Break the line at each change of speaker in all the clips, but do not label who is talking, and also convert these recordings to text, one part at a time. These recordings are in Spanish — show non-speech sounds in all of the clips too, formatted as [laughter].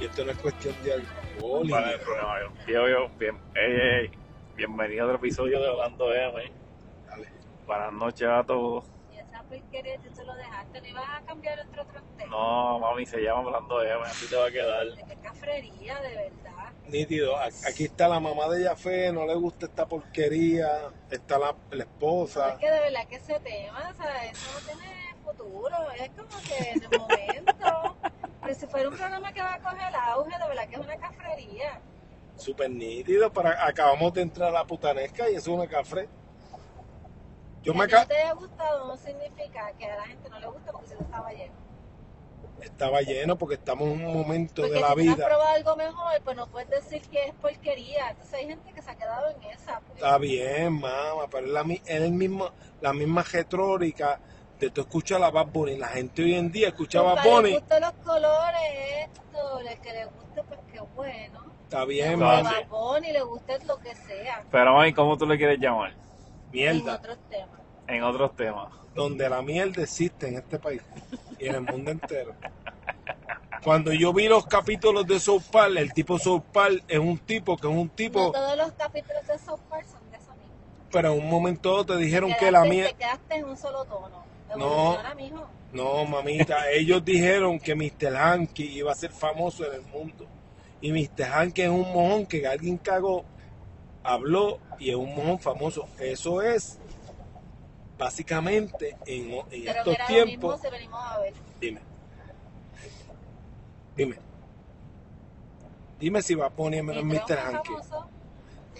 esto no es cuestión de alcohol. y-
¿Cuál es el problema? Yo, yo, bien, ey, ey, bienvenido a otro episodio de Hablando M.
Dale.
Buenas noches a todos.
Y esa porquería tú te lo dejaste, no ibas a cambiar otro tronte.
No, mami, se llama Hablando M, así te va a quedar.
De qué cafrería, de verdad.
Nítido, a- aquí está la mamá de Jafé, no le gusta esta porquería, está la, la esposa.
Es que de verdad que ese tema, o sea, eso no tiene futuro. Es como que
[laughs]
de momento. pero si fuera un programa que va a coger auge, de verdad que es una cafrería.
Súper nítido, para, acabamos de entrar a la putanesca y eso es una cafre. Yo
que
me
a ti no
acá
te haya gustado no significa que a la gente no le guste porque si no estaba lleno.
estaba lleno porque estamos en un momento
Porque
de la
si tú has
vida.
probado algo mejor, pues no puedes decir que es porquería. Entonces hay gente que se ha quedado en esa. Pues.
Está bien, mamá, pero es la, mi- es el mismo, la misma retrórica de tú escuchas la Bad Bunny. La gente hoy en día escucha
Nunca
Bad
le
Bunny.
gustan los colores, esto, el que le guste, pues qué bueno.
Está
Le
bien,
No,
guste
sí.
mamá.
Bad Bunny, le guste lo que sea.
Pero, mami, ¿cómo tú le quieres llamar?
En
Mierda.
otros temas.
En otros temas.
donde la mierda existe en este país y en el mundo entero. Cuando yo vi los capítulos de South Park, el tipo South Park es un tipo que es un
No
tipo,
todos los capítulos de South Park son de eso mismo.
pero en un momento dado te dijeron
Quedaste-
que la mierda...
Te quedaste en un solo tono.
No.
Evoluciona, mijo.
No, mamita, ellos dijeron que Mr. Hanky iba a ser famoso en el mundo. Y Mr. Hanky es un mojón que alguien cagó, habló y es un mojón famoso. Eso es básicamente en, en
Pero
estos
mira lo mismo
tiempos.
si venimos a ver.
Dime. Dime. Dime si va a poner menos
Mi
Mr.
Trump es
Hanky.
famoso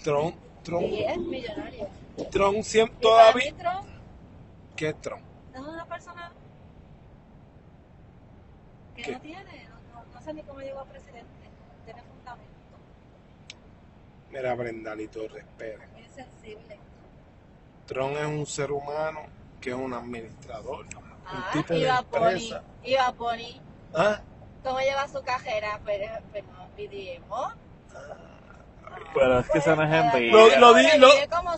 Tron, Tron,
Y es millonario.
Tron siem-
Y para mí
todavía.
Trump
¿Qué es Tron?
es una persona que
¿Qué?
no tiene, no, no- no sé ni cómo llegó a presidente. No tiene fundamento.
Mira, Brendalito, respete.
Es insensible.
Tron es un ser humano que es un administrador,
Ah,
un tipo de
iba Pony,
empresa.
iba Pony.
Ah,
¿Cómo lleva su cajera? Pero, pero no pidimos. pues,
Pero es que eso no es envidia.
Lo- lo di- lo-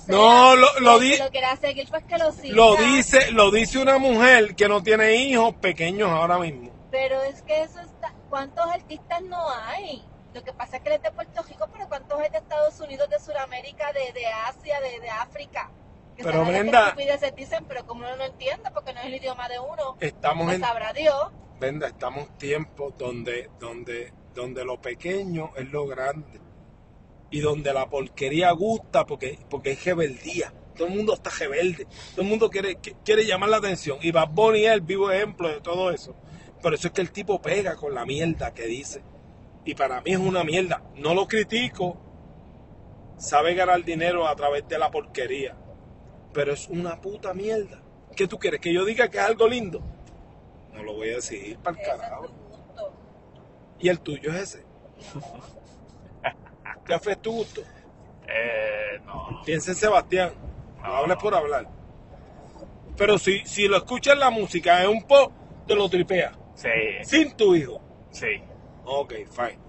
no, lo- lo di-
Si lo quiere seguir, pues que lo siga.
Lo dice, lo dice una mujer que no tiene hijos pequeños ahora mismo.
Pero es que eso está. ¿Cuántos artistas no hay? Lo que pasa es que él es de Puerto Rico, pero ¿cuántos es de Estados Unidos, de Sudamérica, de, de Asia, de, de África? Que
Pero,
saben
Brenda-
Que estupideces dicen, pero como uno no entiende, porque no es el idioma de uno,
Estamos
pues
en,
sabrá Dios.
Brenda, estamos en tiempos donde, donde, donde lo pequeño es lo grande y donde la porquería gusta porque, porque es rebeldía. Todo el mundo está rebelde, todo el mundo quiere, qui- quiere llamar la atención y Bad Bunny es el vivo ejemplo de todo eso. Por eso es que el tipo pega con la mierda que dice. Y para mí es una mierda. No lo critico. Sabe ganar dinero a través de la porquería. Pero es una puta mierda. ¿Qué tú quieres? ¿Que yo diga que es algo lindo? No lo voy a decir,
Pues
para
Ese es
carajo.
tu gusto.
Y el tuyo es ese. ¿Qué haces tu gusto?
Eh, no.
Piensa en Sebastián. No
No,
hables
no.
por hablar. Pero si, si lo escuchas la música, es un pop, te lo tripea.
Sí,
Sin tu hijo.
sí.
Ok, fine.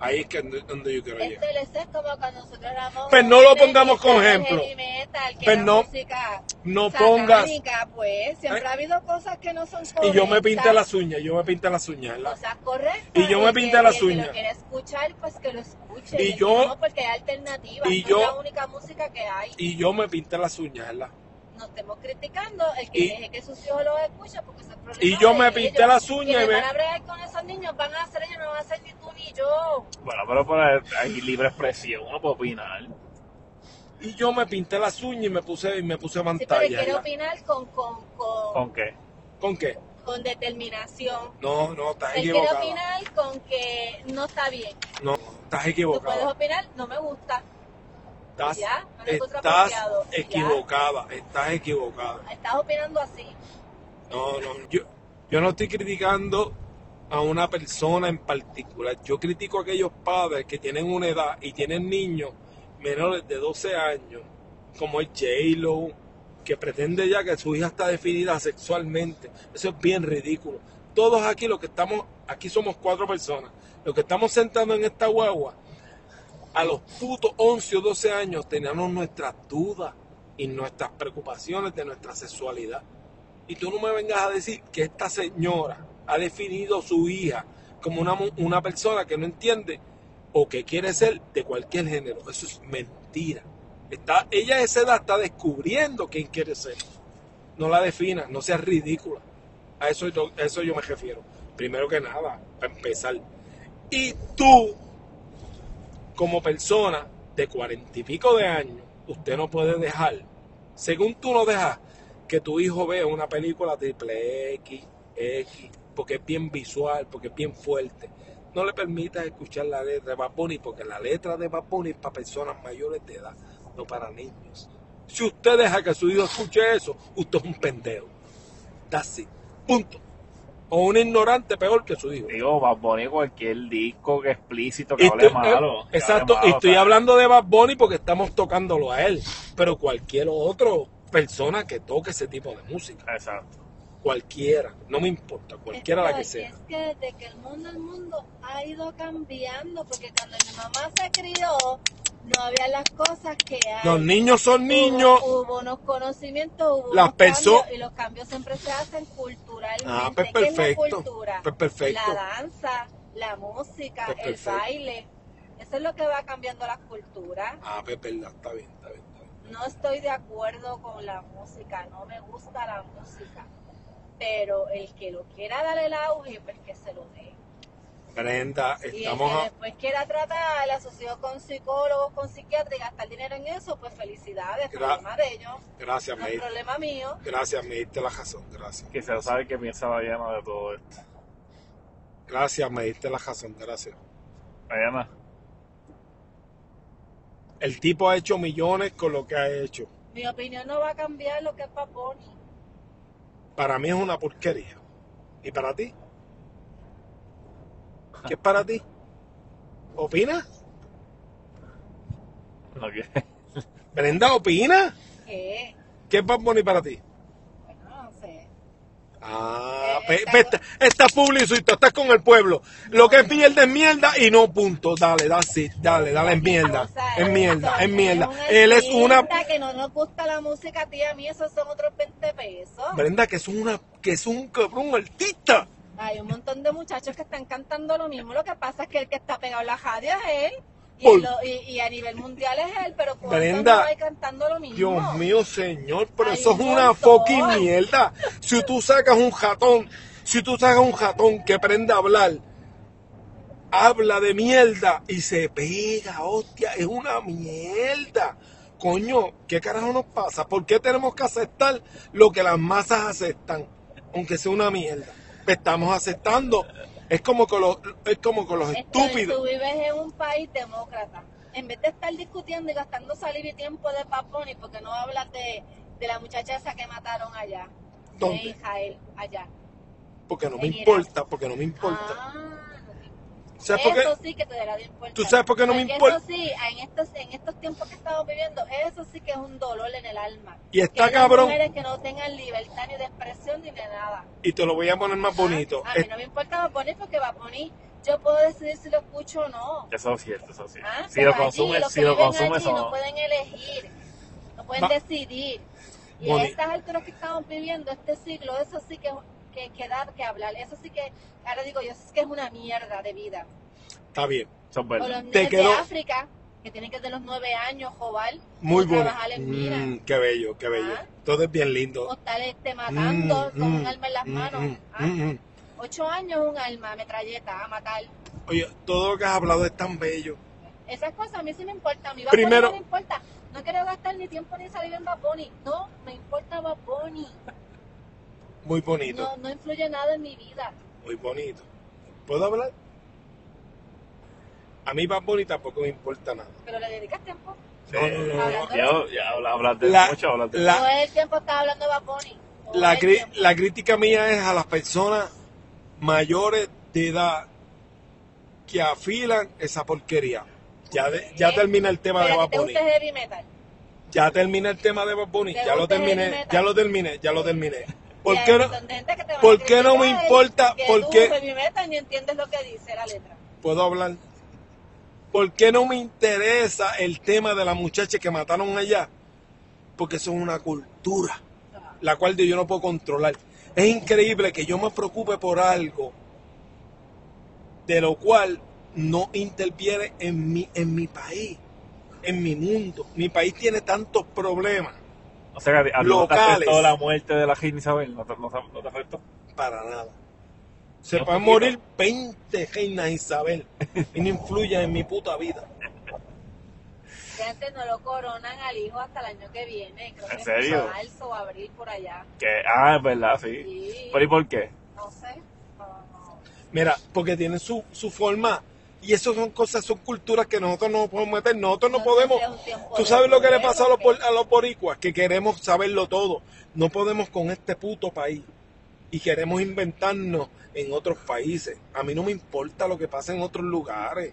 Ahí es que donde yo quiero llegar.
Este les es como cuando nosotros éramos
Pues no lo
jóvenes,
pongamos
que
con
era el
ejemplo.
heavy metal, que
Pues
era
no-
música
No pongas.
satánica, pues. Siempre
Eh.
ha habido cosas que no son
Y yo me
correctas,
pinté las uñas, yo me pinté las uñas. ¿verdad?
cosas correctas.
y yo me
que-
pinté las
que el que
uñas.
lo quiere escuchar, pues que lo escuche.
Y
el que
yo-
No, porque hay alternativas.
y
no
yo-
es la única música que hay.
Y yo me pinté las uñas, ¿verdad?
No estemos criticando el que
y-
deje que sus hijos lo escuchen, porque ese es el problema.
Y yo
de
me
ellos.
pinté las uñas y
Quienes
me-
van a bregar con esos niños, van a hacer ellos, no van a hacer ni tú ni yo.
Bueno, pero para, hay libre expresión, uno puede opinar.
Y yo me pinté las uñas y me puse, y me puse
Sí, pero
pantalla.
quiero
¿verdad?
opinar con, con, con,
¿Con qué?
¿Con qué?
con determinación.
No, no, estás
Él quiere
equivocada.
opinar con que no está bien.
No, estás
Tú puedes
equivocada.
opinar, no me gusta.
Estás,
ya, no lo encuentro
estás
apropiado, ya.
equivocada, estás equivocada.
Estás opinando así.
No, no, yo, yo no estoy criticando a una persona en particular. Yo critico a aquellos padres que tienen una edad y tienen niños menores de 12 años, como es J-Lo, que pretende ya que su hija está definida sexualmente. Eso es bien ridículo. Todos aquí, los que estamos, aquí somos cuatro personas, los que estamos sentados en esta guagua, a los putos 11 o 12 años teníamos nuestras dudas y nuestras preocupaciones de nuestra sexualidad y tú no me vengas a decir que esta señora ha definido su hija como una, mu- una persona que no entiende o que quiere ser de cualquier género. Eso es mentira. Está, ella a esa edad está descubriendo quién quiere ser. No la defina, no seas ridícula. A eso, yo- a eso yo me refiero. Primero que nada, para empezar. Y tú, como persona de cuarenta y pico de años, usted no puede dejar, según tú no dejas, que tu hijo vea una película triple X, X, porque es bien visual, porque es bien fuerte. No le permitas escuchar la letra de Bad Bunny, porque la letra de Bad Bunny es para personas mayores de edad, no para niños. Si usted deja que su hijo escuche eso, usted es un pendejo. That's it. Punto. O un ignorante peor que su hijo.
Digo, Bad Bunny, cualquier disco que explícito que
Y
hable
tú- eh,
malo. que
exacto,
hable
y
malo,
estoy
¿sabes?
hablando de Bad Bunny porque estamos tocándolo a él, pero cualquier otro persona que toque ese tipo de música,
Exacto.
cualquiera, no me importa, cualquiera la que
Esto, y
sea.
Es que desde que el mundo, el mundo ha ido cambiando, porque cuando mi mamá se crió, no había las cosas que hay.
Los niños son
Hubo-
niños.
Hubo, unos conocimientos, hubo
Las
unos
perso-
cambios, y los cambios siempre se hacen culturalmente.
Ah, pues
¿Qué es la
perfecto,
cultura?
pues perfecto.
La danza, la música,
Pues
el
perfecto.
baile. Eso es lo que va cambiando la cultura.
Ah, pues verdad, está bien, está bien. está bien.
No estoy de acuerdo con la música, no me gusta la música. Pero el que lo quiera dar el auge, pues que se lo dé.
Brenda,
Y el
estamos
que
a-
después quiera tratar, asociado con psicólogos, con psiquiatras y gastar dinero en eso, pues felicidades,
Gra-
problema de ellos,
Gracias,
no
me
es
diste,
problema mío.
gracias, me diste la razón, gracias.
Que se sabe que piensa Dayana de todo esto.
Gracias, me diste la razón, gracias.
Dayana,
El tipo ha hecho millones con lo que ha hecho.
Mi opinión no va a cambiar lo que es Paponi.
Para mí es una porquería. ¿Y para ti? ¿Qué es para ti? ¿Opina?
no quiere.
Brenda, ¿opina?
¿Qué?
¿Qué es Bad Bunny para ti?
Bueno, no sé.
Ah,
Eh,
pe-
está
pe-
con-
está- estás publicito, estás con el pueblo. Lo que es mierda es mierda y no punto. Dale, dale, sí, dale, dale, es mierda.
O sea,
Es mierda,
esto,
es mierda.
un
Él es una...
artista que no nos gusta la música, a ti y a mí esos son otros 20 pesos.
Brenda, que es una... que es un cabrón artista.
Hay un montón de muchachos que están cantando lo mismo. Lo que pasa es que el que está pegado a la radio es él. Y,
Por-
lo- y- y a nivel mundial es él, pero ¿cuántos
Brenda,
no hay cantando lo mismo?
Dios mío, señor, pero
Ay,
eso es
un
una
montón.
fucking mierda. Si tú sacas un jatón, si tú sacas un jatón que prenda a hablar, habla de mierda y se pega, hostia, es una mierda. Coño, ¿qué carajo nos pasa? ¿Por qué tenemos que aceptar lo que las masas aceptan? Aunque sea una mierda. Pues Estamos aceptando. Es como con los, es como con los
Esto-
estúpidos.
este, Tú vives en un país demócrata. En vez de estar discutiendo y gastando saliva y tiempo de paponi, porque no hablas de, de la muchacha esa que mataron allá.
¿Dónde?
De Israel, allá.
Porque no me
en Irak.
importa, porque no me importa.
Ah, no te
¿Sabes por qué?
Eso sí que te dará de importar.
¿Tú sabes por qué no me
Porque
importa?
Eso sí, en estos, en estos tiempos que estamos viviendo, eso sí que es un dolor en el alma.
Y está
que haya
cabrón.
mujeres que no tengan libertad ni de expresión ni de nada.
Y te lo voy a poner más bonito.
Ah, A mí no me importa Baboni porque Baboni yo puedo decidir si lo escucho o no.
Eso es cierto, eso es cierto.
Ah,
si
pero
lo
allí,
consumes,
los
si
que
lo
viven
consumes,
allí
o
no
no.
pueden elegir, no pueden
Va-
decidir. Y a
Boni.
estas alturas que estamos viviendo, este siglo, eso sí que, que, que dar que hablar. Eso sí que, ahora digo yo, eso es que es una mierda de vida.
Está bien.
Eso es
O
verdad.
los niños
Te quedó-
de África, que tienen que tener los nueve años, joval,
Muy
o
bueno.
trabajar en mina,
Mm, qué bello, qué bello.
Ah.
Todo es bien
o
lindo.
estar este, matando
Mm,
con
mm,
un arma en las
mm,
manos.
mm,
Ah,
mm, mm.
Ocho años un arma, metralleta, a matar.
Oye, todo lo que has hablado es tan bello.
Esas cosas a mí sí me importan. A mí Bad
Primero-
Bunny no me importa. No quiero gastar ni tiempo ni salir en Bad Bunny. No, me importa Bad Bunny.
Muy bonito,
No, no influye nada en mi vida.
muy bonito. ¿Puedo hablar? A mí Bad Bunny tampoco me importa nada.
Pero le dedicas tiempo.
Sí,
No, no, no,
no.
Ya, ya habla- hablaste
La-
mucho, hablaste
La-
Todo el tiempo estaba hablando de Bad Bunny. Todo
La,
el
cri-
tiempo.
la crítica mía es a las personas mayores de edad que afilan esa porquería. Ya, de- ya
Sí.
termina el tema de
Pero a
Bad
ti te
Bunny.
gusta heavy metal.
Ya terminé el tema de Bad Bunny,
¿Te
ya lo
gusta el heavy
terminé,
metal?
ya lo terminé, ya lo terminé. ¿Por
Y
qué
hay
no?
montón de gente que te va a
por qué no me
criticar
importa?
que
¿Por
tú
qué?
heavy metal ni entiendes lo que dice la letra.
¿Puedo hablar? ¿Por qué no me interesa el tema de la muchacha que mataron allá? Porque eso es una cultura, la cual yo no puedo controlar. Es increíble que yo me preocupe por algo de lo cual no interviene en mi, en mi país, en mi mundo. Mi país tiene tantos problemas
O sea, que a ti no te
Locales.
afectó la muerte de la reina Isabel, no te, no, te- no te afectó.
para nada. Se
Un
pueden
poquito.
morir 20 reinas Isabel y no influye en mi puta vida.
Que antes no lo coronan al hijo hasta el año que viene. Creo
¿En
que
serio?
marzo o abril por allá.
Que, ah, es verdad, sí.
Sí.
¿Pero y por qué?
No sé. No, no.
Mira, porque tienen su, su forma y eso son cosas, son culturas que nosotros no podemos meter. Nosotros no
sé
podemos...
si es un tiempo
Tú
de
sabes lo que le
duelo,
pasa a los,
que-
por- a los boricuas, que queremos saberlo todo. No podemos con este puto país. Y queremos inventarnos en otros países. A mí no me importa lo que pasa en otros lugares.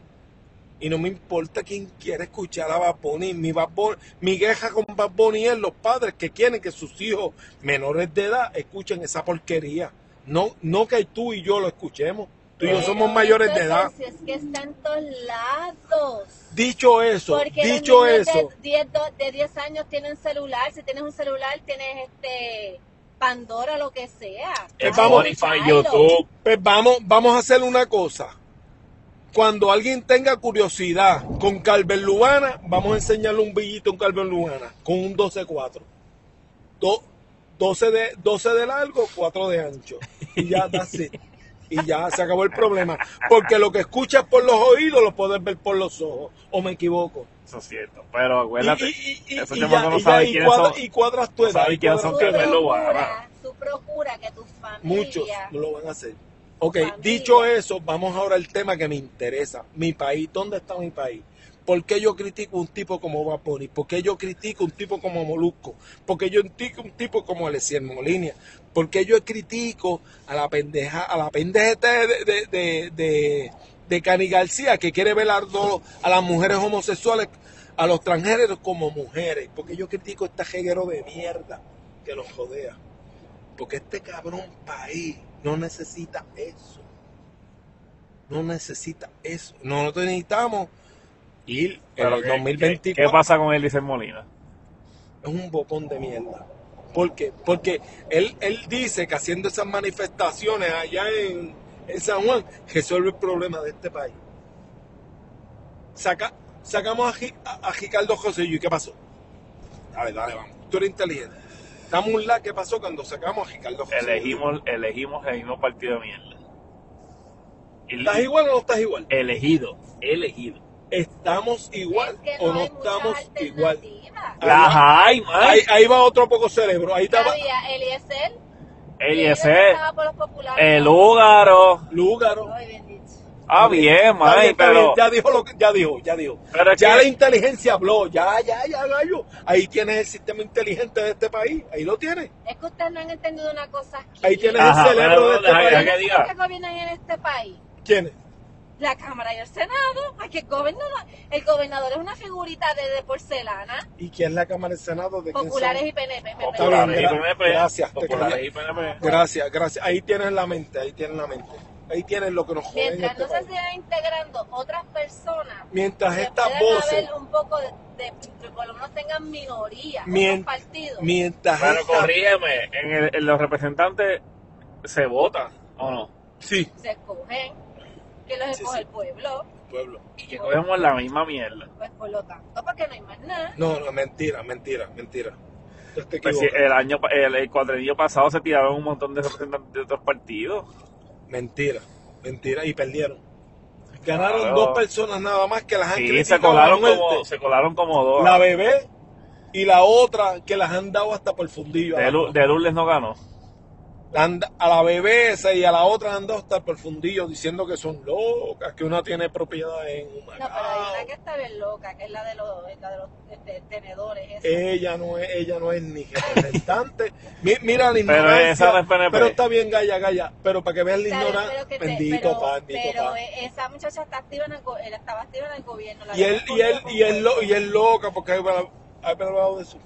Y no me importa quién quiere escuchar a Bad Bunny. Mi, Bad Bunny- mi queja con Bad Bunny es los padres que quieren que sus hijos menores de edad escuchen esa porquería. No, no que tú y yo lo escuchemos. Tú y yo
Pero
somos mayores de edad.
entonces, Si es que está en todos lados.
Dicho eso,
Porque
dicho
los niños
eso.
de 10, do- de 10 años tienen celular. Si tienes un celular, tienes este Pandora, lo que sea.
Eh,
Ay,
vamos-
Spotify,
Chairo.
YouTube.
Pues vamos, vamos a hacer una cosa. Cuando alguien tenga curiosidad con Carmen Lubana, vamos a enseñarle un billito en Carmen Lubana con un 12-4. Do- 12, de, 12 de largo, 4 de ancho. Y ya está así. Y ya se acabó el problema. Porque lo que escuchas por los oídos lo puedes ver por los ojos. ¿O me equivoco?
Eso es cierto. Pero
Y, y-
acuérdate,
y- y-
esos
y
chamacos
ya-
no
y ya-
saben
y
quiénes
cuadra-
son.
y cuadras tu
No
edad,
saben
y
quiénes
cuadras
son
Tú
tu
Carmen
edad.
Carmelo
procura,
Guara.
tú procura que tu familia.
Muchos lo van a hacer. Ok,
Familia.
dicho eso, vamos ahora al tema que me interesa. Mi país, ¿dónde está mi país? ¿Por qué yo critico un tipo como Vapori? ¿Por qué yo critico un tipo como Molusco? ¿Por qué yo critico un tipo como Alessier Molina? ¿Por qué yo critico a la pendeja, a la pendeja de, de, de, de- de Cani García que quiere velar do- a las mujeres homosexuales, a los transgéneros como mujeres? ¿Por qué yo critico a este jeguero de mierda que nos rodea? Porque este cabrón país no necesita eso. No necesita eso. Nosotros necesitamos ir en el
Pero ¿qué- ¿qué,
2024.
qué pasa con Elise Molina?
Es un bocón de mierda. ¿Por qué? Porque él, él dice que haciendo esas manifestaciones allá en, en San Juan resuelve el problema de este país. Saca, sacamos a, Ri- a- a Ricardo José ¿y qué pasó? Dale, dale, vamos. Tú eres inteligente. Dame un la que pasó cuando sacamos a Ricardo José
Elegimos, elegimos el mismo partido de mierda. El-
¿Estás igual o no estás igual?
elegido, elegido.
¿Estamos igual
Es que
o
no
no
hay muchas
estamos igual?
alternativas.
Ahí va-
La hay, man.
Ahí, ahí va otro poco cerebro. Ahí
¿Qué
estaba
había? Eliezer.
Eliezer,
estaba por los populares.
el húgaro.
Lúgaro.
Ay, bendito.
Ah, bien, man,
Está bien, está bien,
pero,
ya dijo lo que ya dijo, ya dijo.
pero es
Ya la
que,
inteligencia habló, ya, ya, ya, gallo. Ahí tienes el sistema inteligente de este país, ahí lo tienes.
Es que ustedes no han entendido una cosa aquí.
Ahí tienes
Ajá,
el cerebro
pero
de este
deja-
país.
deja que
¿Quiénes son
diga.
los que gobiernan en este país?
¿Quién es?
La Cámara y el Senado. Aquí el, gobernador, el gobernador es una figurita de, de porcelana.
¿Y quién es la Cámara del Senado? ¿De quién
Populares
son?
y PNP. me
Está bien,
Populares y
parece.
gra-
PNP.
gracias, te
Populares
callé.
y PNP.
Gracias, gracias. Ahí tienes la mente, ahí tienes la mente. Ahí tienes lo que nos jode en
Mientras
este
no se
país.
sigan integrando otras personas
Mientras
que
estas
puedan
voces,
haber un poco de, de- que por lo menos tengan minoría,
Mien-
otros partidos.
mientras
Pero
estas-
corrígeme, en, el- en los representantes se votan, ¿o no?
Sí,
se escogen, que los
Sí,
escoge
sí.
el pueblo,
pueblo.
Y que cogemos la misma mierda.
pues por lo tanto, porque no hay más nada.
No, no, mentira, mentira, mentira. Tú te
Pues si
equivocas.
el año, pa- el, el cuadrenillo pasado se tiraron un montón de representantes de otros partidos. eh.
Mentira, mentira. Y perdieron. Ganaron
Claro.
dos personas nada más Ah, que las han
Sí, se
criticado
colaron,
a muerte.
como, se colaron como dos.
La bebé y la otra que las han dado hasta por fundillo. a,
de,
las
Lu-
dos.
de Lourdes no ganó.
La han- a la bebé esa y a la otra han dado hasta por fundillo diciendo que son locas, que una tiene propiedad en
No, pero hay una
Humacao.
que está bien loca, que es la de los, la de los este, tenedores. esa.
Ella no es, ella no es ni representante. [laughs] Mi- mira la
Pero esa
ignorancia.
no es PNP.
Pero está bien, Gaya, Gaya. Pero para que veas la
Está bien, pero
ignorancia.
que te-
Bendito,
pero-
pan, bendito,
pero e-,
pan.
esa muchacha está activa en el, go- él estaba activa en el gobierno. la
Y él,
habían
y él,
cogido
y él, lo-
con
y él loca porque ha hablado- ha hablado de eso.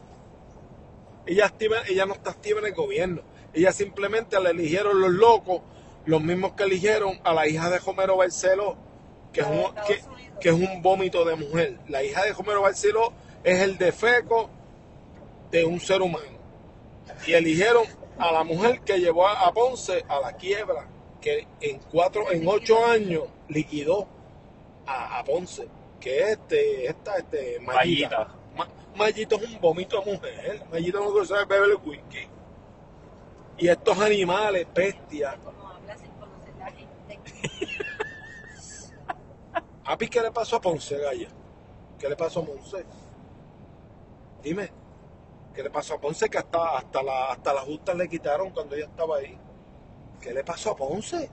Ella, activa, ella no está activa en el gobierno. Ella simplemente la eligieron los locos, los mismos que eligieron a la hija de Romero Barceló, que es
la de
un,
Estados
que,
Unidos.
que es un vómito de mujer. La hija de Romero Barceló es el defeco de un ser humano. Y eligieron a la mujer que llevó a, a Ponce a la quiebra, que en cuatro, en ocho años liquidó a, a Ponce, que es este, esta, este, Mayita.
Mallita.
Ma- Mayito es un vómito de mujer. Mayito no sabe beber el whisky. Y estos animales, bestias.
Como habla sin conocer la gente.
¿A Pi qué le pasó a Ponce, Gaya? ¿Qué le pasó a Ponce? Dime. ¿Qué le pasó a Ponce que hasta, hasta, la, hasta las justas le quitaron cuando ella estaba ahí? ¿Qué le pasó a Ponce?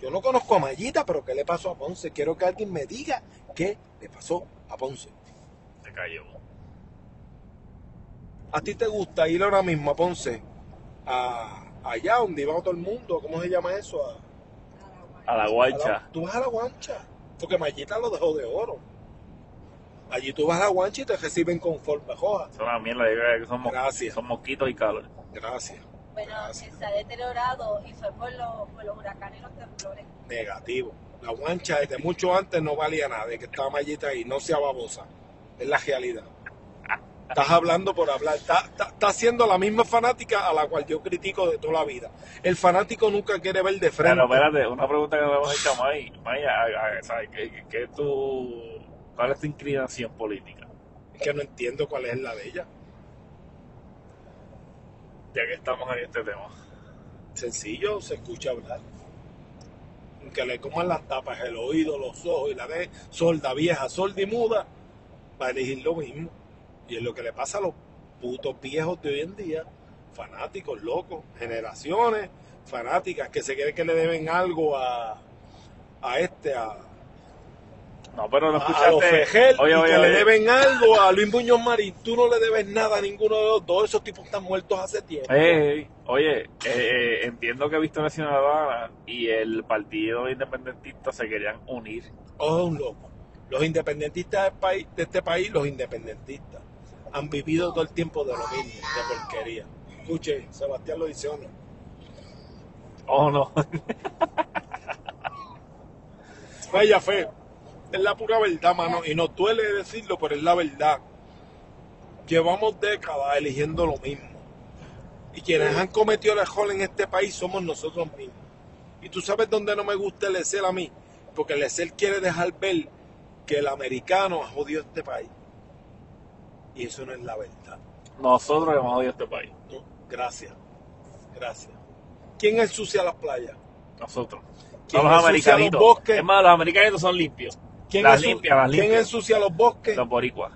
Yo no conozco a Mayita, pero ¿qué le pasó a Ponce? Quiero que alguien me diga qué le pasó a Ponce.
Se cayó.
¿A ti te gusta ir ahora mismo a Ponce? A, allá donde va todo el mundo, ¿cómo se llama eso? A-
A la
a la-
guacha.
tú vas a la guancha, porque Mayita lo dejó de oro. Allí tú vas a la guancha y te reciben con formejoa.
Son una mierda. yo creo que Son, mos-
Gracias.
son mosquitos y calor.
Gracias.
Bueno,
Gracias.
se ha deteriorado y fue por los, por los huracanes y los temblores.
Negativo. La guancha desde mucho antes no valía nada, de que estaba Mayita ahí, no sea babosa. Es la realidad. Estás hablando por hablar. Estás está, está siendo la misma fanática a la cual yo critico de toda la vida. El fanático nunca quiere ver de frente.
Pero espérate, una pregunta que no le hemos hecho a May. May, a- a- ¿sabes? ¿Qué, qué- qué tu, ¿cuál es tu inclinación política?
Es que no entiendo cuál es la de ella.
Ya que estamos en este tema.
sencillo, se escucha hablar. Aunque le coman las tapas, el oído, los ojos y la de solda vieja, solda y muda, va a elegir lo mismo. Y es lo que le pasa a los putos viejos de hoy en día, fanáticos, locos, generaciones fanáticas que se creen que le deben algo a, a este, a,
No, pero no
a- a los
escuchaste.
Fejel,
Oye,
y
oye,
que
oye.
le deben algo a Luis Muñoz Marín. Tú no le debes nada a ninguno de los dos. Esos tipos están muertos hace tiempo.
Ey, oye, eh, eh, entiendo que Victoria Ciudadana y el Partido Independentista se querían unir.
Oh, un loco. Los independentistas del país, de este país, los independentistas, han vivido todo el tiempo de lo mismo, de porquería. Escuche, Sebastián lo dice o no.
Oh, no. [laughs]
Vaya fe, es la pura verdad, mano, y nos duele decirlo, pero es la verdad. Llevamos décadas eligiendo lo mismo. Y quienes han cometido el error en este país somos nosotros mismos. Y tú sabes dónde no me gusta el ESEL a mí, porque el ESEL quiere dejar ver que el americano ha jodido este país. Y eso no es la verdad.
Nosotros hemos odiado este país.
No, gracias. Gracias. ¿Quién ensucia las playas?
Nosotros.
¿Quién
No
ensucia
los
los
americanitos.
bosques?
es más, los americanitos son limpios.
¿Quién,
las
ensu-
limpias, las
¿Quién
limpias.
ensucia los bosques?
Los boricuas.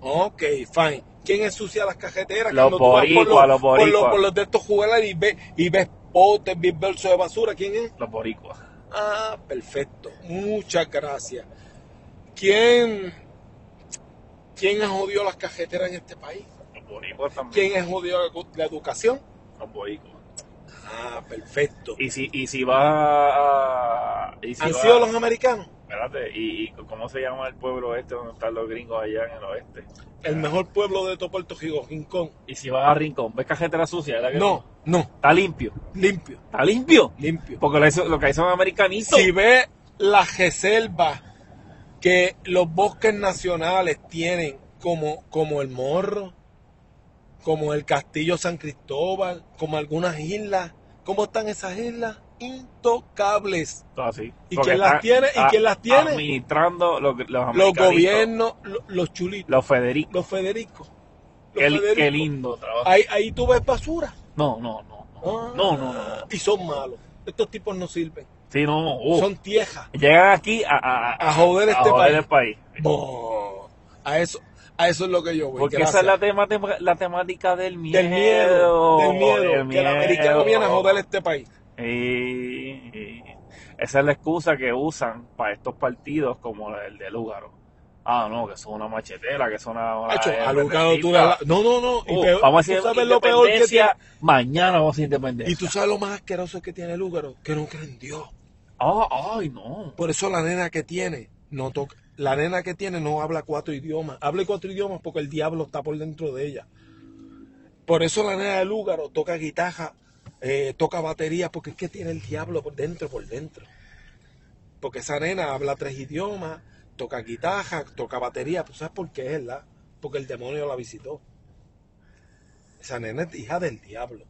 Ok, fine. ¿Quién ensucia las cajeteras?
Los
Cuando tú vas por
boricuas, los
por
boricuas.
por los de estos jugadores y ves, y ves potes, ves bolsos de basura. ¿Quién es?
Los boricuas.
Ah, perfecto. Muchas gracias. ¿Quién, quién ha jodido las cajeteras en este país?
Los boricuas también.
¿Quién ha jodido la educación?
Los boricuas.
Ah, perfecto.
Y si, y si va a... Y si
¿Han
va-
sido los americanos?
Espérate, ¿y, y cómo se llama el pueblo este donde están los gringos allá en el oeste?
El mejor pueblo de todo Puerto Rico, Rincón.
Y si vas a Rincón, ¿ves cajetera sucia? ¿Verdad que
No, no,
Está limpio.
limpio,
Está limpio.
limpio.
Porque lo, hizo- lo que hizo un americanito.
Si ve las reservas que los bosques nacionales tienen, como, como el Morro, como el Castillo San Cristóbal, como algunas islas, ¿cómo están esas islas? Intocables.
Todo así.
¿Y
Porque
quién las
está-
tiene? ¿Y
está
quién las tiene?
Administrando los, los
Los
americanitos.
gobiernos, lo- los chulitos,
Los Federico.
los Federicos. Los
Qué,
Federicos.
qué lindo trabajo.
Ahí, ahí tú ves basura.
No, no, no.
Ah,
No, no, no. no.
Y son malos. Estos tipos no sirven.
Sí, no. no. Oh.
Son tiejas.
Llegan aquí a, a, a-
a joder
a
este
joder
país.
el país.
Bo. A eso, a eso es lo que yo voy.
Porque
gracias.
esa es la, tema, tema- la temática del miedo.
Pues, del miedo, del miedo,
del
que el americano
miedo.
viene a joder este país.
Y- y esa es la excusa que usan para estos partidos como el de Lugaro. Ah, no, que son una machetera, que son una... una
Hacho, a Lugaro tú le
independentista.
hablas- No, no, no. Y
Oh,
peor-
vamos a
tú
decir
sabes lo peor que tiene.
independencia, Mañana vamos a
Y tú
independencia.
sabes lo más asqueroso que tiene Lugaro, que no cree en Dios.
Ah, ay, no.
Por eso la nena que tiene, no toca. La nena que tiene no habla cuatro idiomas. Habla cuatro idiomas porque el diablo está por dentro de ella. Por eso la nena de Lúgaro toca guitarra, eh, toca batería, porque es que tiene el diablo por dentro, por dentro. Porque esa nena habla tres idiomas, toca guitarra, toca batería. ¿Tú sabes por qué es, verdad? Porque el demonio la visitó. Esa nena es hija del diablo.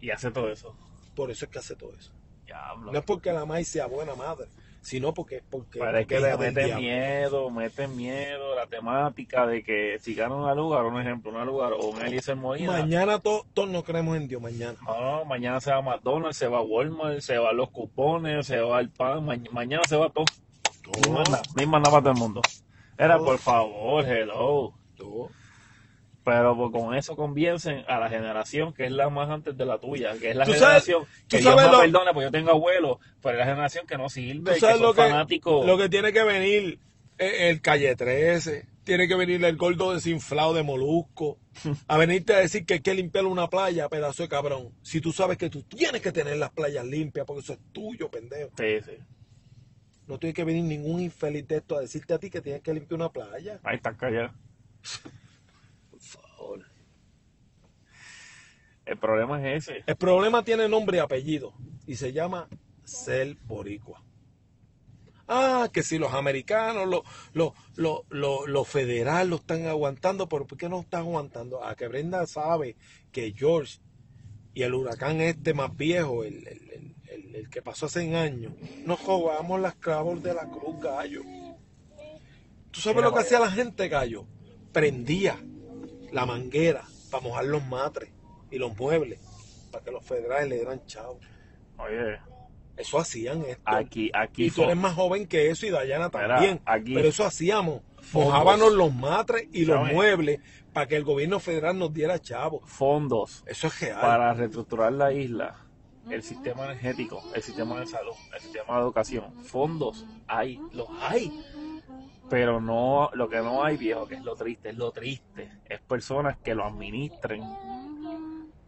Y hace todo eso.
Por eso es que hace todo eso.
Y Diablo.
No es porque la maíz sea buena madre, sino porque. porque
Pero es que
porque
le
hija del
meten
diablo.
miedo, meten miedo la temática de que si gana un lugar, un ejemplo, un lugar o un Eliezer Molina,
Mañana to- todos no creemos en Dios, mañana.
No, no, mañana se va a McDonald's, se va a Walmart, se va a los cupones, se va al pan, ma- mañana se va todo. Misma nada, misma nada para todo el mundo. Era
Oh.
por favor, hello.
Todo.
Pero pues, con eso convencen a la generación que es la más antes de la tuya, que es la
Tú sabes-
generación
tú
que Dios
sabes
me
lo-
perdone porque yo tengo abuelos, pero es la generación que no sirve,
Tú
que
sabes
son
lo que,
fanáticos.
lo que tiene que venir eh, el Calle 13, tiene que venir el gordo desinflado de
[laughs]
Molusco, a venirte a decir que hay que limpiar una playa, pedazo de cabrón. Si tú sabes que tú tienes que tener las playas limpias, porque eso es tuyo, pendejo.
Sí, sí.
No tiene que venir ningún infeliz de esto a decirte a ti que tienes que limpiar una playa.
Ahí están callados.
Por favor.
El problema es ese.
El problema tiene nombre y apellido y se llama ser boricua. Ah, que si los americanos, los, los, los, los, los federales lo están aguantando, pero ¿por qué no están aguantando? A que Brenda sabe que George y el huracán este más viejo, el, el- el- el- el que pasó hace 100 años, nos jugamos las clavos de la cruz, gallo. ¿Tú sabes
Mira
lo que
para
hacía
allá.
la gente, gallo? Prendía la manguera para mojar los matres y los muebles, para que los federales le dieran chavo.
Oye,
Eso hacían esto.
aquí, aquí
y tú
fue.
eres más joven que eso y Dayana
Mira,
también.
aquí-
Pero eso hacíamos. Mojábamos los matres y los
¿Sabes?
muebles para que el gobierno federal nos diera chavo.
fondos
Eso es real.
para reestructurar la isla, el sistema energético, el sistema de salud, el sistema de educación, fondos hay, los hay, pero no, lo que no hay, viejo, que es lo triste, es lo triste, es personas que lo administren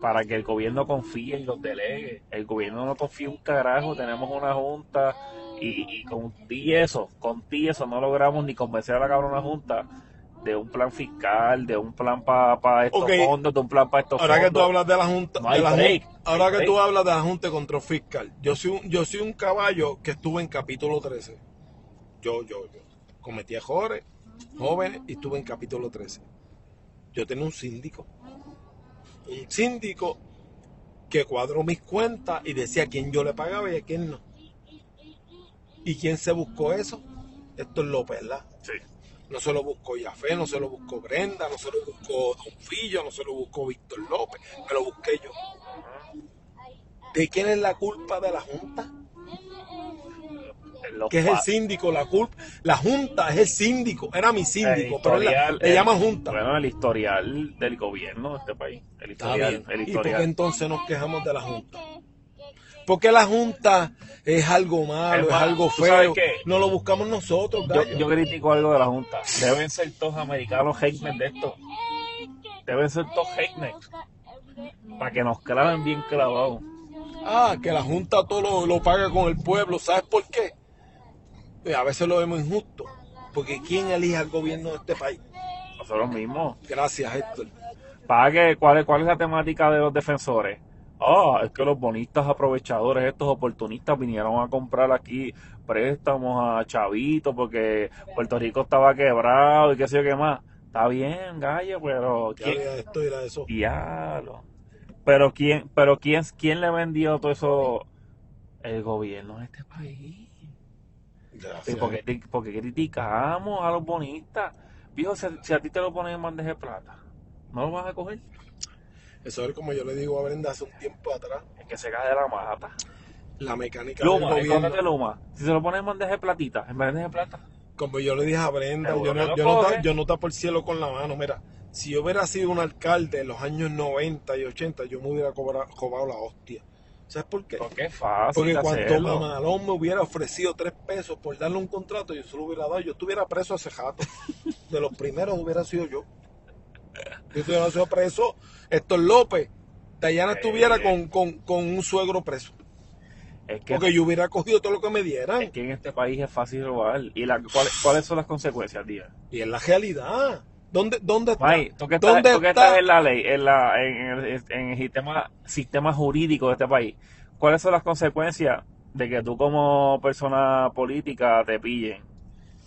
para que el gobierno confíe y los delegue. El gobierno no confía un carajo, tenemos una junta y, y con ti eso, con ti eso no logramos ni convencer a la cabrona junta de un plan fiscal, de un plan para estos
Ok.
fondos, de un plan para estos
Ahora que tú
fondos.
hablas de la Junta,
No
de
hay
la jun-
break, no
ahora
hay
que
break.
tú hablas de la Junta de Control Fiscal, yo soy un, yo soy un caballo que estuve en capítulo 13. Yo, yo, yo. Cometí errores jóvenes y estuve en capítulo 13. Yo tenía un síndico. Un síndico que cuadró mis cuentas y decía a quién yo le pagaba y a quién no. ¿Y quién se buscó eso? Esto es López, ¿verdad?
Sí.
No se lo buscó Yafé, no se lo buscó Brenda, no se lo buscó Don Fillo, no se lo buscó Víctor López, me lo busqué yo. ¿De quién es la culpa de la Junta?
Los
Que es el
pa-
síndico, la culpa. La Junta es el síndico, era mi síndico,
el
pero él la-
historial-
le
el-
llaman Junta.
Bueno, el historial del gobierno de este país. El
Está
historial,
bien.
el
¿Y por qué
historial.
entonces nos quejamos de la Junta? Porque la Junta es algo malo,
Es
es,
más,
algo
¿tú sabes
feo.
qué?
No lo buscamos nosotros,
Yo,
gallo.
yo critico algo de la Junta. Deben ser todos americanos heckmen de esto. Deben ser todos heckmen. Para que nos claven bien clavados.
Ah, que la Junta todo lo, lo paga con el pueblo. ¿Sabes por qué? Eh, A veces lo vemos injusto. Porque ¿quién elige al gobierno de este país?
Nosotros mismos.
Gracias, Héctor.
¿Para qué? ¿Cuál, es- ¿Cuál es la temática de los defensores? Ah, es que los bonistas aprovechadores, estos oportunistas, vinieron a comprar aquí préstamos a chavitos porque Puerto Rico estaba quebrado y qué sé yo qué más. Está bien, gallo, pero
Ya
¿quién?
había esto y era eso.
Diablo. Pero quién, pero quién, quién le vendió todo eso? El gobierno de este país. Sí,
Gracias.
porque, porque criticamos a los bonistas. Viejo, si, a- si a ti te lo ponen en bandeja de plata, ¿no lo vas a coger?
Eso es como yo le digo a Brenda hace un tiempo atrás.
Es que se cae de la mata.
La mecánica
Luma,
del gobierno.
escóndete Luma. Si se lo pones en bandeja de platita, en bandeja de plata.
Como yo le dije a Brenda,
Seguro
yo
que
no,
lo
yo, no ta-
coge.
yo no tapo el cielo con la mano. Mira, si yo hubiera sido un alcalde en los años 90 y 80, yo me hubiera cobra- cobrado la hostia. ¿Sabes por qué?
Porque es fácil
Porque
de
cuando
hacerlo.
Mamalón me hubiera ofrecido tres pesos por darle un contrato, yo se lo hubiera dado. Yo estuviera preso hace rato. De los primeros hubiera sido yo. Yo estuviera sido preso. Héctor López, Dayana
Sí.
estuviera con, con- con un suegro preso.
Es que,
Porque yo hubiera cogido todo lo que me
es
dieran.
que en este país es fácil robar. ¿Y la, cuál- cuáles son las consecuencias, Díaz?
Y es la realidad. ¿Dónde, dónde está?
May, tú que estás,
¿Dónde
tú que
está?
estás en la ley, en, la, en, el, en el sistema, sistema jurídico de este país, ¿cuáles son las consecuencias de que tú como persona política te pillen?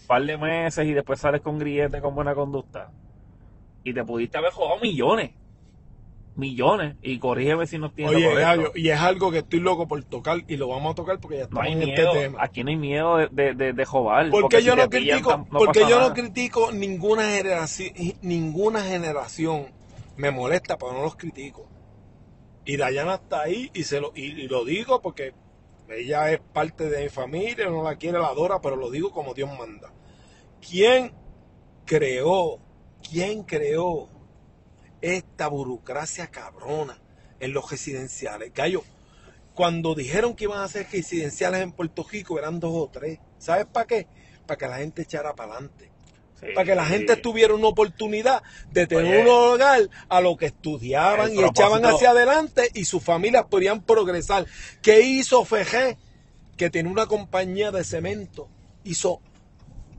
par de meses y después sales con grillete con buena conducta. Y te pudiste haber jugado millones. millones. Y corrígeme si no tiene
Oye, Gallo, y es algo que estoy loco por tocar y lo vamos a tocar porque ya
No
estamos
hay
en
miedo.
este tema.
Aquí no hay miedo de, de, de, de jobar.
Porque,
porque si
yo
te
no
pillan,
critico,
tam- no
porque
pasa
yo
nada.
no critico ninguna generación, ninguna generación me molesta, pero no los critico. Y Dayana está ahí y se lo y, y lo digo porque ella es parte de mi familia, no la quiere, la adora, pero lo digo como Dios manda. ¿Quién creó? ¿Quién creó esta burocracia cabrona en los residenciales? Gallo, cuando dijeron que iban a hacer residenciales en Puerto Rico eran dos o tres. ¿Sabes para qué? Para que la gente echara para adelante.
Sí,
Para que la gente
sí.
tuviera una oportunidad de tener
Oye.
un hogar a lo que estudiaban
El
y echaban
propósito-
hacia adelante y sus familias podían progresar. ¿Qué hizo FG? Que tiene una compañía de cemento. Hizo,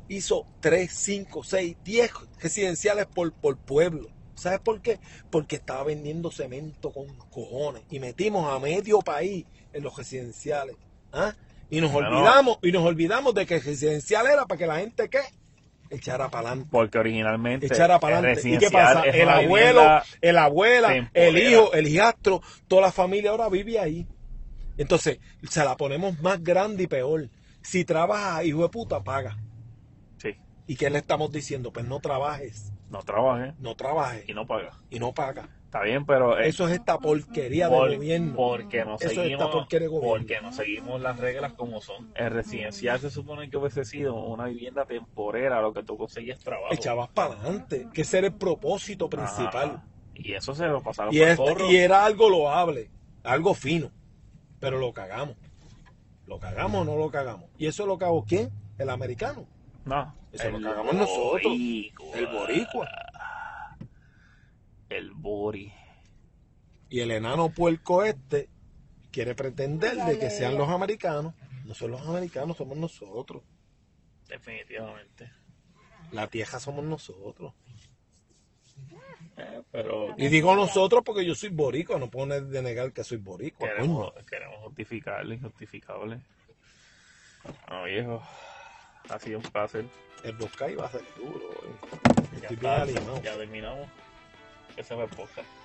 hizo 3, 5, 6, 10 residenciales por, por pueblo. ¿Sabes por qué? Porque estaba vendiendo cemento con cojones. Y metimos a medio país en los residenciales. ¿ah? Y nos
Bueno.
olvidamos, y nos olvidamos de que el residencial era para que la gente ¿qué? echara para adelante
Porque originalmente.
echara para
el
adelante. ¿Y qué
residencial
pasa?
es
El
una
abuelo,
vivienda-
el abuela, el
temporera.
hijo, el hijastro, toda la familia ahora vive ahí. Entonces, se la ponemos más grande y peor. Si trabajas, hijo de puta, paga.
Sí,
¿Y qué le estamos diciendo? Pues no trabajes,
no trabaje
no trabajes
y no paga.
y no paga.
Está bien, pero. eh,
Eso es esta porquería
por-
de gobierno.
Porque no
Eso está
seguimos,
porquería de gobierno.
porque no seguimos las reglas como son. El residencial se supone que hubiese sido una vivienda temporera, lo que tú conseguías trabajo.
Echabas para adelante, que ese era el propósito
Ajá.
principal.
Y eso se lo pasaron
Y, este
por
es-
forro.
y era algo loable, algo fino, pero lo cagamos. Lo cagamos o no lo cagamos. ¿Y eso lo cagó quién? El americano,
No.
Eso lo
el
cagamos nosotros.
boricua.
el boricua.
El bori.
Y el enano puerco este quiere pretender de que sean los americanos. No son los americanos, somos nosotros.
Definitivamente.
La tierra somos nosotros.
Eh, pero
Y digo nosotros porque yo soy boricua, no puedo denegar que soy boricua, coño.
queremos, queremos justificar lo injustificable. No, viejo. Ha sido un placer.
El Boscay va a ser duro. eh. hoy.
Ya,
Estoy bien
está,
animado.
ya terminamos. Ese fue el podcast.